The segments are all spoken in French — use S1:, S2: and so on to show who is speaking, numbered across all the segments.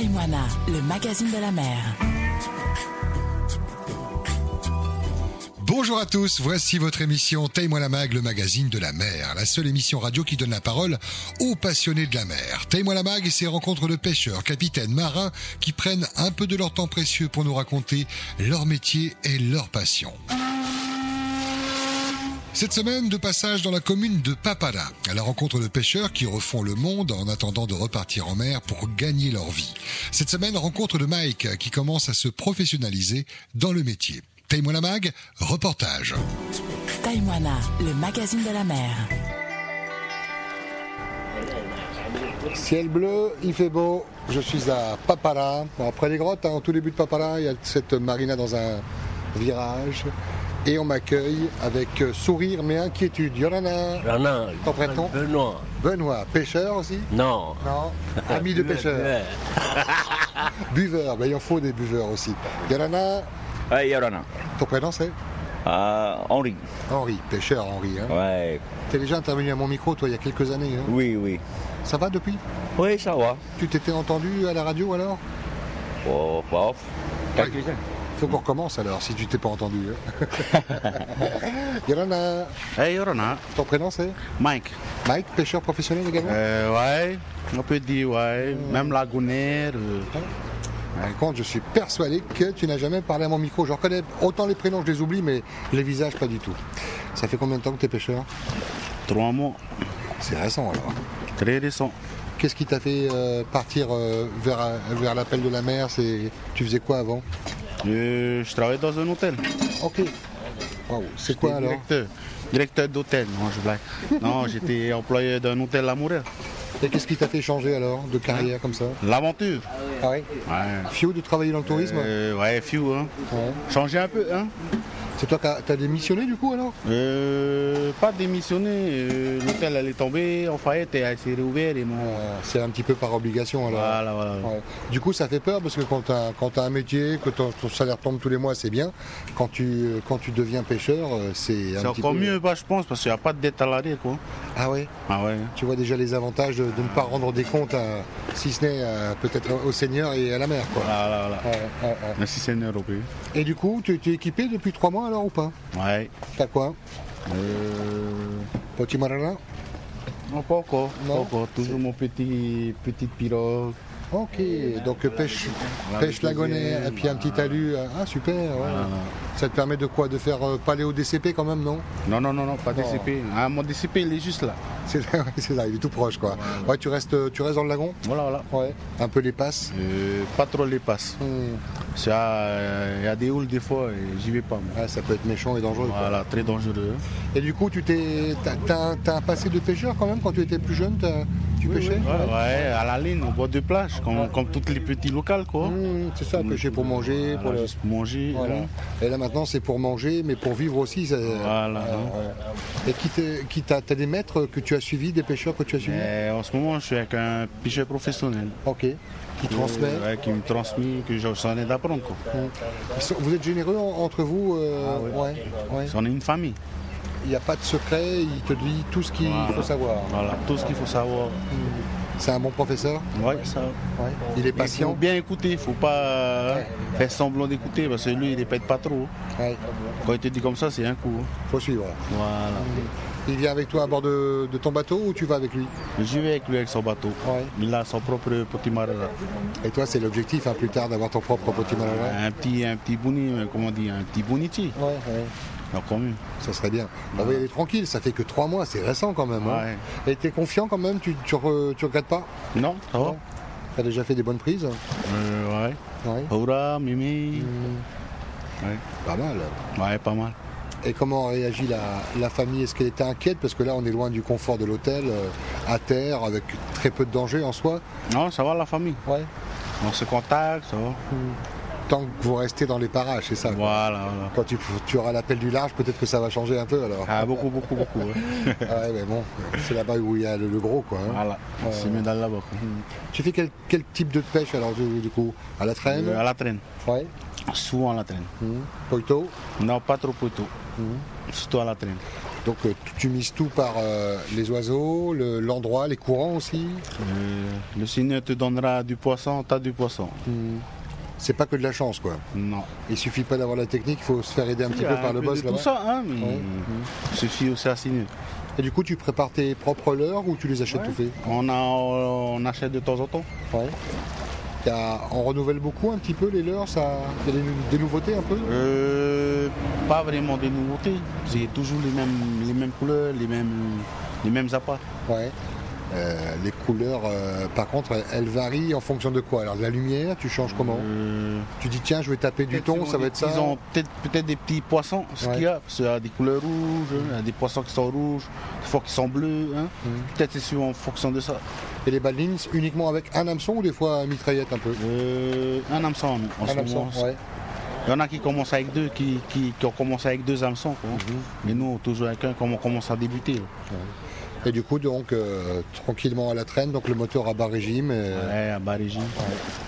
S1: et Moana, le magazine de la mer.
S2: Bonjour à tous, voici votre émission Taille-moi la mag, le magazine de la mer, la seule émission radio qui donne la parole aux passionnés de la mer. Taille-moi la mag, c'est rencontres de pêcheurs, capitaines, marins qui prennent un peu de leur temps précieux pour nous raconter leur métier et leur passion. Cette semaine, de passage dans la commune de Papala, à la rencontre de pêcheurs qui refont le monde en attendant de repartir en mer pour gagner leur vie. Cette semaine, rencontre de Mike qui commence à se professionnaliser dans le métier. Taille-moi la mag, reportage.
S1: Taïmoana, le magazine de la mer.
S2: Ciel bleu, il fait beau. Je suis à Papara, Bon, après les grottes, hein, en tout début de Papara, il y a cette marina dans un virage. Et on m'accueille avec euh, sourire mais inquiétude. Yolana,
S3: Bernard,
S2: T'en prête-t-on
S3: Benoît.
S2: Benoît, pêcheur aussi
S3: Non.
S2: Non Ami de pêcheur. Buveur, ben, il en faut des buveurs aussi. Yolana,
S4: Ouais, Yorana.
S2: ton prénom c'est
S4: Ah, Henri.
S2: Henri, pêcheur Henri. Hein.
S4: Ouais.
S2: T'es déjà intervenu à mon micro, toi, il y a quelques années. hein.
S4: Oui, oui.
S2: Ça va depuis
S4: Oui, ça va.
S2: Tu t'étais entendu à la radio alors
S4: Oh, paf.
S2: Ouais. Faut qu'on recommence alors, si tu t'es pas entendu. hein. Yolana,
S5: Hey Yorona,
S2: ton prénom c'est
S5: Mike.
S2: Mike, pêcheur professionnel également
S5: Euh, ouais, on peut dire ouais, même lagunaire. euh,
S2: Par contre, je suis persuadé que tu n'as jamais parlé à mon micro. Je reconnais autant les prénoms, je les oublie, mais les visages, pas du tout. Ça fait combien de temps que tu es pêcheur
S5: trois mots,
S2: C'est récent alors.
S5: très récent.
S2: Qu'est-ce qui t'a fait euh, partir euh, vers, euh, vers l'appel de la mer C'est Tu faisais quoi avant
S5: Euh, je travaille dans un hôtel.
S2: Ok. Waouh, c'est quoi alors
S5: Directeur, directeur d'hôtel. Non, je blague. Non, j'étais employé d'un hôtel amoureux.
S2: Et qu'est-ce qui t'a fait changer alors de carrière comme ça
S5: L'aventure.
S2: Ah ouais
S5: Ouais.
S2: Fio de travailler dans le tourisme
S5: Euh, ouais, few, hein.
S2: Ouais.
S5: Changer un peu, hein.
S2: C'est toi qui as- t'as démissionné du coup alors
S5: Euh, pas démissionner. euh, l'hôtel allait tomber en faillite et elle s'est réouvert et mon.
S2: Euh, C'est un petit peu par obligation alors.
S5: Voilà, voilà.
S2: Ouais. Du coup, ça fait peur parce que quand tu as, un métier, que ton, ton salaire tombe tous les mois, c'est bien. Quand tu, euh, quand tu deviens pêcheur, euh, c'est un
S5: C'est
S2: petit
S5: encore
S2: peu-
S5: mieux, bah, je pense, parce qu'il n'y a pas de dette à l'arrière, quoi.
S2: Ah ouais
S5: Ah ouais.
S2: Tu vois déjà les avantages de, de ne pas rendre des comptes, à- si ce n'est à- peut-être au Seigneur et à la mer. Quoi.
S5: Voilà, voilà, voilà.
S2: Ouais, ouais, ouais.
S5: Merci Seigneur, oui.
S2: Et du coup, tu tu es équipé depuis trois mois alors ou pas
S5: Ouais.
S2: T'as quoi
S5: Euh,
S2: Petit marana
S5: non, pas encore.
S2: Non
S5: Pas encore. Toujours mon petit, petite pirogue.
S2: Ok, donc euh, pêche, pêche
S5: la
S2: lagonnaire et puis un petit talus. euh, Ah super, ouais. Ça te permet de quoi De faire euh, paléo DCP quand même, non
S5: Non, non, non, non, pas
S2: Non.
S5: DCP. Ah, mon DCP, il est juste là.
S2: C'est ouais, c'est ça, il est tout proche quoi. Ouais, tu restes, euh, tu restes dans le lagon
S5: Voilà, voilà.
S2: Ouais. Un peu les passes.
S5: Euh, pas trop les passes.
S2: Hmm.
S5: Il y a des houles des fois et j'y vais pas. moi.
S2: Ouais, Ah, ça peut être méchant et dangereux. quoi.
S5: Voilà, très dangereux. hein.
S2: Et du coup, tu t'es, t'as, t'as un- t'as un passé de pêcheur quand même quand tu étais plus jeune, t'as- tu pêchais.
S5: Ouais, ouais, à la ligne, au bord de plage, comme, comme toutes les petits locales, quoi.
S2: Hmm, c'est ça,
S5: Comme
S2: pêcher
S5: les-
S2: pour manger,
S5: Mmh. Voilà,
S2: pour le-
S5: juste manger.
S2: Voilà.
S5: hein.
S2: Et là maintenant, c'est pour manger, mais pour vivre aussi. ça- Euh,
S5: Voilà, hein.
S2: ouais. Et qui, t'est- qui t'a, t'as des maîtres que tu as suivis, des pêcheurs que tu as suivis
S5: Et en ce moment, je suis avec un pêcheur professionnel.
S2: Ok. Qui transmet.
S5: Euh, ouais, qui me transmet, que j'en ai d'apprendre, quoi.
S2: Hmm. Ils sont- Vous êtes généreux en- entre vous
S5: Ah
S2: euh, ouais, ouais.
S5: J'en ai une famille.
S2: Il n'y a pas de secret, il te dit tout ce qu'il
S5: Voilà.
S2: faut savoir.
S5: Voilà, tout ce qu'il faut savoir.
S2: C'est un bon professeur,
S5: Ouais, ça.
S2: il est
S5: Il faut
S2: patient.
S5: bien écouter, il faut pas hein, faire semblant d'écouter parce que lui, il répète pas trop.
S2: Il
S5: Quand il te dit comme ça, c'est un coup. hein.
S2: faut suivre.
S5: Voilà.
S2: Il vient avec toi à bord de, de ton bateau ou tu vas avec lui
S5: Je vais avec lui avec son bateau.
S2: Ouais.
S5: Il a son propre petit marin.
S2: Et toi, c'est l'objectif hein, plus tard d'avoir ton propre petit malin.
S5: Un petit, un petit boni, euh, comment on dit, un petit bonitier.
S2: Ouais, ouais.
S5: Donc, quand même.
S2: Ça serait bien. Bah, vous allez tranquille, ça fait que trois mois, c'est récent quand même. hein. Et t'es confiant quand même, tu, tu, re- tu regrettes pas
S5: Non, ça va
S2: T'as déjà fait des bonnes prises
S5: Euh, Ouais.
S2: Ouais.
S5: Aura, Mimi.
S2: Mm.
S5: Ouais.
S2: Pas mal.
S5: ouais, pas mal.
S2: Et comment réagit la, la famille Est-ce qu'elle était inquiète Parce que là, on est loin du confort de l'hôtel, euh, à terre, avec très peu de danger en soi.
S5: Non, ça va la famille.
S2: Ouais.
S5: On se contacte, ça va.
S2: Tant que vous restez dans les parages, c'est ça quoi.
S5: Voilà, voilà.
S2: Quand tu, tu auras l'appel du large, peut-être que ça va changer un peu alors.
S5: Ah, beaucoup, beaucoup, beaucoup. ouais.
S2: Ah ouais, mais bon, c'est là-bas où il y a le, le gros quoi. hein.
S5: voilà, c'est mieux d'aller là-bas. quoi.
S2: Tu fais quel, quel type de pêche alors du, du coup À la traîne
S5: Euh, à la traîne.
S2: Ouais.
S5: Souvent à la traîne.
S2: Mmh. Poito Hmm.
S5: Non, pas trop plutôt. Surtout à la traîne.
S2: Donc euh, tu- tu mises tout par euh, les oiseaux, le- l'endroit, les courants aussi.
S5: Euh, le Seigneur te donnera du poisson, t'as du poisson.
S2: Hmm. C'est pas que de la chance quoi.
S5: Non.
S2: Il suffit pas d'avoir la technique, il faut se faire aider un
S5: Il
S2: petit
S5: y a
S2: peu par
S5: un
S2: le
S5: peu
S2: boss
S5: bah, de Tout
S2: là-bas.
S5: ça, hein, mais
S2: Ouais. Hmm.
S5: il suffit aussi à signer.
S2: Et du coup tu prépares tes propres leurres ou tu les achètes tout fait
S5: On, a, on achète de temps en temps.
S2: Ouais. Y a- on renouvelle beaucoup un petit peu les leurs, ça. Y a des, nou- des nouveautés un peu
S5: Euh, pas vraiment de nouveautés. C'est toujours les mêmes, les mêmes couleurs, les mêmes, les mêmes appâts.
S2: Ouais. Euh, les couleurs, euh, par contre, elles- elles varient en fonction de quoi Alors de la lumière, tu changes comment
S5: Euh,
S2: Tu dis tiens, je vais taper du
S5: peut-être ils
S2: thon,
S5: ont
S2: ça va
S5: des-
S2: être ça. hein.
S5: Ils ont peut-être peut des petits poissons, ce
S2: Ouais.
S5: qu'il y a. Parce qu'il y a des couleurs rouges, hein, il y a des poissons qui sont rouges, des fois qui sont bleus. hein.
S2: Hmm.
S5: Peut-être c'est suivant en fonction de ça.
S2: Et les balines uniquement avec un hameçon ou des fois mitraillette un peu
S5: Euh, un hameçon en
S2: Un
S5: ce
S2: hameçon,
S5: moment.
S2: ouais.
S5: Il y en a qui commencent avec deux, qui, qui, qui ont commencé avec deux hameçons. quoi.
S2: Mhm.
S5: Mais nous, on toujours avec un comme on commence à débuter. là.
S2: Et du coup, donc, euh, tranquillement à la traîne, donc le moteur à bas régime. Et,
S5: Ouais, à bas régime.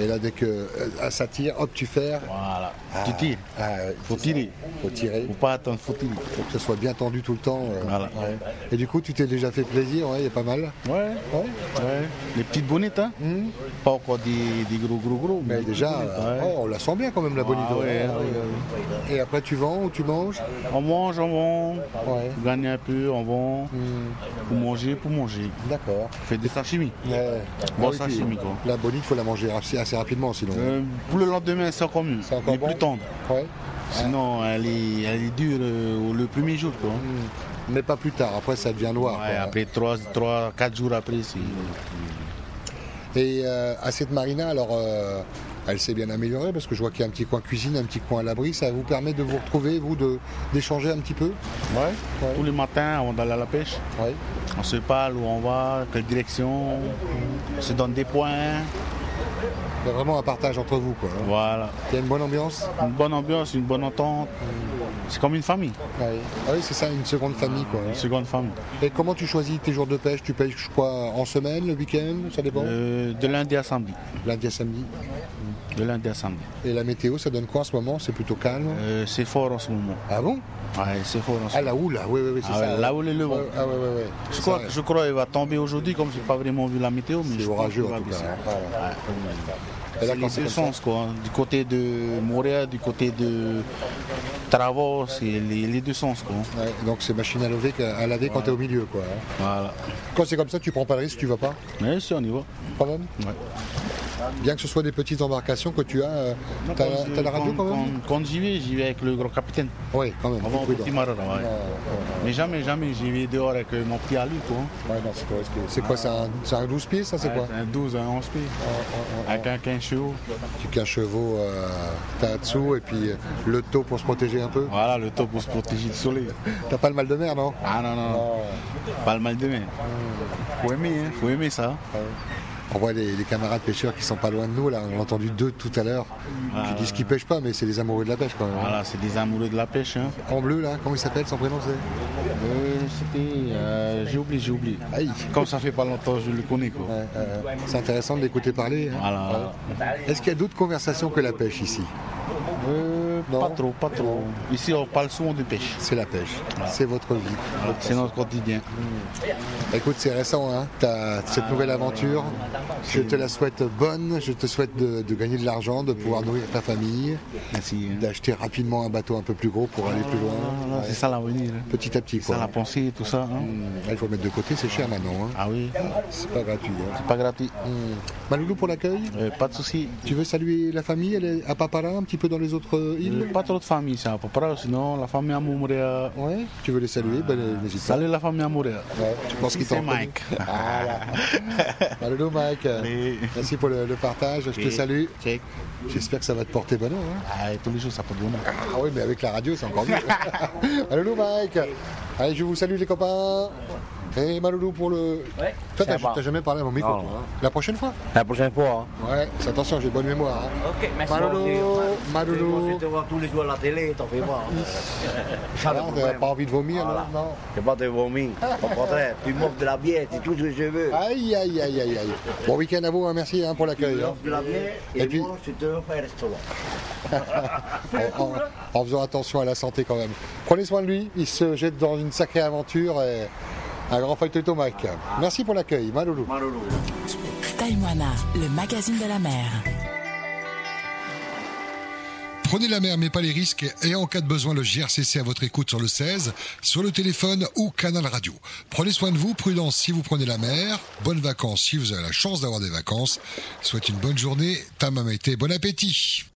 S2: et là, dès que euh, ah, ça tire, hop, tu ferres.
S5: Voilà. Tu tires.
S2: Ah, ouais,
S5: Faut
S2: c'est
S5: tirer.
S2: ça. Faut tirer.
S5: Faut pas attendre, faut tirer.
S2: Faut que ce soit bien tendu tout le temps. euh.
S5: Voilà.
S2: Ouais. Et du coup, tu t'es déjà fait plaisir, ouais, il y a pas mal.
S5: Ouais.
S2: Ouais.
S5: Ouais. Les petites bonnettes, hein. Pas encore des, des gros, gros, gros.
S2: Mhm. Mais
S5: des
S2: déjà,
S5: petites
S2: euh,
S5: bonnettes, ouais.
S2: oh, on la sent bien quand même, la bonne
S5: Ah
S2: idole.
S5: ouais,
S2: Ah
S5: ouais,
S2: ouais. Et après, tu vends ou tu manges
S5: On mange, on vend.
S2: Ouais. Mhm.
S5: Pour gagner un peu, on vend. Pour manger, pour manger.
S2: D'accord.
S5: On fait des sashimi.
S2: Mais-
S5: Bon,
S2: Ah oui,
S5: ça,
S2: puis-
S5: chimique, quoi.
S2: La bonne il faut la manger assez, assez rapidement, sinon.
S5: Euh, pour le lendemain, c'est encore mieux.
S2: C'est encore
S5: Elle est
S2: bon
S5: plus tendre.
S2: Ouais.
S5: Sinon, elle est, elle est dure euh, le premier jour. Quoi.
S2: Mhm. Mais pas plus tard, après, ça devient noir.
S5: Ouais,
S2: quoi.
S5: après 3, 4 jours après, c'est.
S2: Et euh, à cette marina, alors euh, elle s'est bien améliorée parce que je vois qu'il y a un petit coin cuisine, un petit coin à l'abri. Ça vous permet de vous retrouver, vous, de- d'échanger un petit peu
S5: Tous les matins, avant d'aller à la pêche,
S2: Oui.
S5: on se parle où on va, quelle direction, on se donne des points.
S2: Il y a vraiment un partage entre vous, quoi. hein.
S5: Voilà.
S2: Il y a une bonne ambiance.
S5: Une bonne ambiance, une bonne entente. C'est comme une famille,
S2: Ouais. Ah oui, c'est ça, une seconde famille, quoi.
S5: une seconde famille.
S2: Et comment tu choisis tes jours de pêche Tu pêches quoi en semaine, le week-end Ça dépend.
S5: Euh, de lundi à samedi.
S2: Lundi à samedi.
S5: De lundi à samedi.
S2: Et la météo, ça donne quoi en ce moment C'est plutôt calme.
S5: Euh, c'est fort en ce moment.
S2: Ah bon
S5: Ouais, c'est fort en ce
S2: Ah
S5: moment.
S2: la houle, oui, oui, oui, c'est
S5: Ah
S2: ça.
S5: ouais, la houle et le vent.
S2: Ouais, Ah ouais, ouais, ouais.
S5: Je
S2: C'est
S5: crois,
S2: ça,
S5: je crois qu'il va tomber aujourd'hui, comme j'ai pas vraiment vu la météo. mais
S2: C'est
S5: je
S2: orageux,
S5: pense
S2: en
S5: qu'il
S2: tout
S5: va
S2: cas. hein.
S5: baisser.
S2: Voilà. Et
S5: C'est
S2: là,
S5: les
S2: quand c'est
S5: deux
S2: comme ça-
S5: sens, quoi. Du côté de Montréal, du côté de Travers, c'est les, les deux sens, quoi.
S2: Ouais, donc c'est machine à laver, à laver quand t'es au milieu quoi. hein.
S5: Voilà.
S2: Quand c'est comme ça, tu prends pas le risque, tu vas pas
S5: Mais si, on y va.
S2: quand même. Bien que ce soit des petites embarcations que tu as, euh, t'as la- t'as la radio quand même.
S5: Quand, quand j'y vais, j'y vais avec le grand capitaine.
S2: Oui, quand même.
S5: Avant, au
S2: plus prudent.
S5: petit marin, ouais. Mais jamais, jamais, j'y vais dehors avec euh, mon petit alu, quoi.
S2: Ouais, non, c'est pas risqué. C'est quoi, c'est un, c'est un 12 pieds, ça, c'est quoi
S5: Avec Ah. un 12, un 11 pieds. Avec un 15 chevaux.
S2: Tu qu'un chevaux, euh, t'as un dessous et puis euh, le taux pour se protéger un peu.
S5: Voilà, le top pour se protéger du soleil.
S2: T'as pas le mal de mer, non
S5: Ah non, non, non. Pas le mal de mer. Faut aimer, hein. Faut aimer ça.
S2: On voit les, les camarades pêcheurs qui sont pas loin de nous, là, on a entendu deux tout à l'heure qui disent qu'ils pêchent pas, mais c'est des amoureux de la pêche quand même.
S5: Ah.
S2: hein.
S5: Voilà, c'est des amoureux de la pêche, hein.
S2: En bleu, là, comment il s'appelle, son prénom, c'est
S5: Euh, C'était. euh, j'ai oublié, j'ai oublié.
S2: Aïe.
S5: Comme ça fait pas longtemps, je le connais quoi.
S2: Ouais, euh, C'est intéressant de l'écouter parler. hein.
S5: Voilà.
S2: Est-ce qu'il y a d'autres conversations que la pêche ici
S5: Euh,
S2: Non.
S5: Pas trop, pas trop. Ici, on parle souvent de pêche.
S2: C'est la pêche, c'est votre vie.
S5: C'est notre quotidien.
S2: Écoute, c'est récent, hein, t'as cette nouvelle aventure. Je te la souhaite bonne, je te souhaite de, de gagner de l'argent, de pouvoir nourrir ta famille,
S5: Merci. hein.
S2: d'acheter rapidement un bateau un peu plus gros pour aller plus loin.
S5: Voilà, C'est ça l'avenir. hein.
S2: Petit à petit,
S5: C'est ça la
S2: quoi.
S5: pensée, tout ça. hein.
S2: Là, il faut mettre de côté, c'est cher maintenant, hein.
S5: Ah oui,
S2: c'est pas gratuit. hein.
S5: pas gratuit.
S2: Hum. Maloulou pour l'accueil
S5: Euh, pas de souci.
S2: tu veux saluer la famille, elle est à Papara, un petit peu dans les autres euh, îles
S5: Euh, Pas trop de famille, c'est à peu près. Sinon, la famille à Montréal.
S2: Ouais, tu veux les saluer Ben, euh, n'hésite pas.
S5: Salut la famille à Montréal.
S2: Ouais, tu penses qu'il
S5: c'est
S2: t'en
S5: é Mike.
S2: Voilà. Allô, Mike.
S5: Allez.
S2: Merci pour le, le partage. Je te
S5: Et-
S2: salue.
S5: Check.
S2: J'espère que ça va te porter bonheur. hein.
S5: Ah, et tous les jours, ça peut bonheur.
S2: Ah oui, mais avec la radio, c'est encore mieux. Allô, Mike. Allez, je vous salue, les copains. Et Maloulou pour le.
S4: Ouais.
S2: Toi,
S3: Ça
S2: t'as
S3: va.
S2: t'as jamais parlé à mon micro,
S3: Non.
S2: toi, hein. La prochaine fois
S3: La prochaine fois. hein.
S2: Ouais, c'est- attention, j'ai bonne mémoire. hein.
S3: Ok, merci.
S2: Maloulou, Maloulou.
S3: Je te vois tous les jours à la télé, t'en fais voir. Ça, le
S2: Ah, T'as
S3: problème.
S2: pas envie de vomir,
S3: Voilà.
S2: là Non.
S3: J'ai pas de vomi. Au contraire, tu m'offres de la bière, c'est tout ce que je veux.
S2: Aïe, aïe, aïe, aïe, aïe. Bon week-end à vous, hein, merci hein, pour
S3: Tu
S2: l'accueil. hein.
S3: m'offres de la bière et,
S2: Et puis-
S3: moi, je te offre un restaurant.
S2: En, en- en faisant attention à la santé quand même. Prenez soin de lui, il se jette dans une sacrée aventure et un grand feuilleton Mike. Merci pour l'accueil, Maloulou.
S3: Maloulou.
S1: Taïwana, le magazine de la mer.
S2: Prenez la mer mais pas les risques et en cas de besoin le GRCC à votre écoute sur le 16, sur le téléphone ou canal radio. Prenez soin de vous, prudence si vous prenez la mer, bonnes vacances si vous avez la chance d'avoir des vacances. Je Souhaite une bonne journée, tamamete, bon appétit.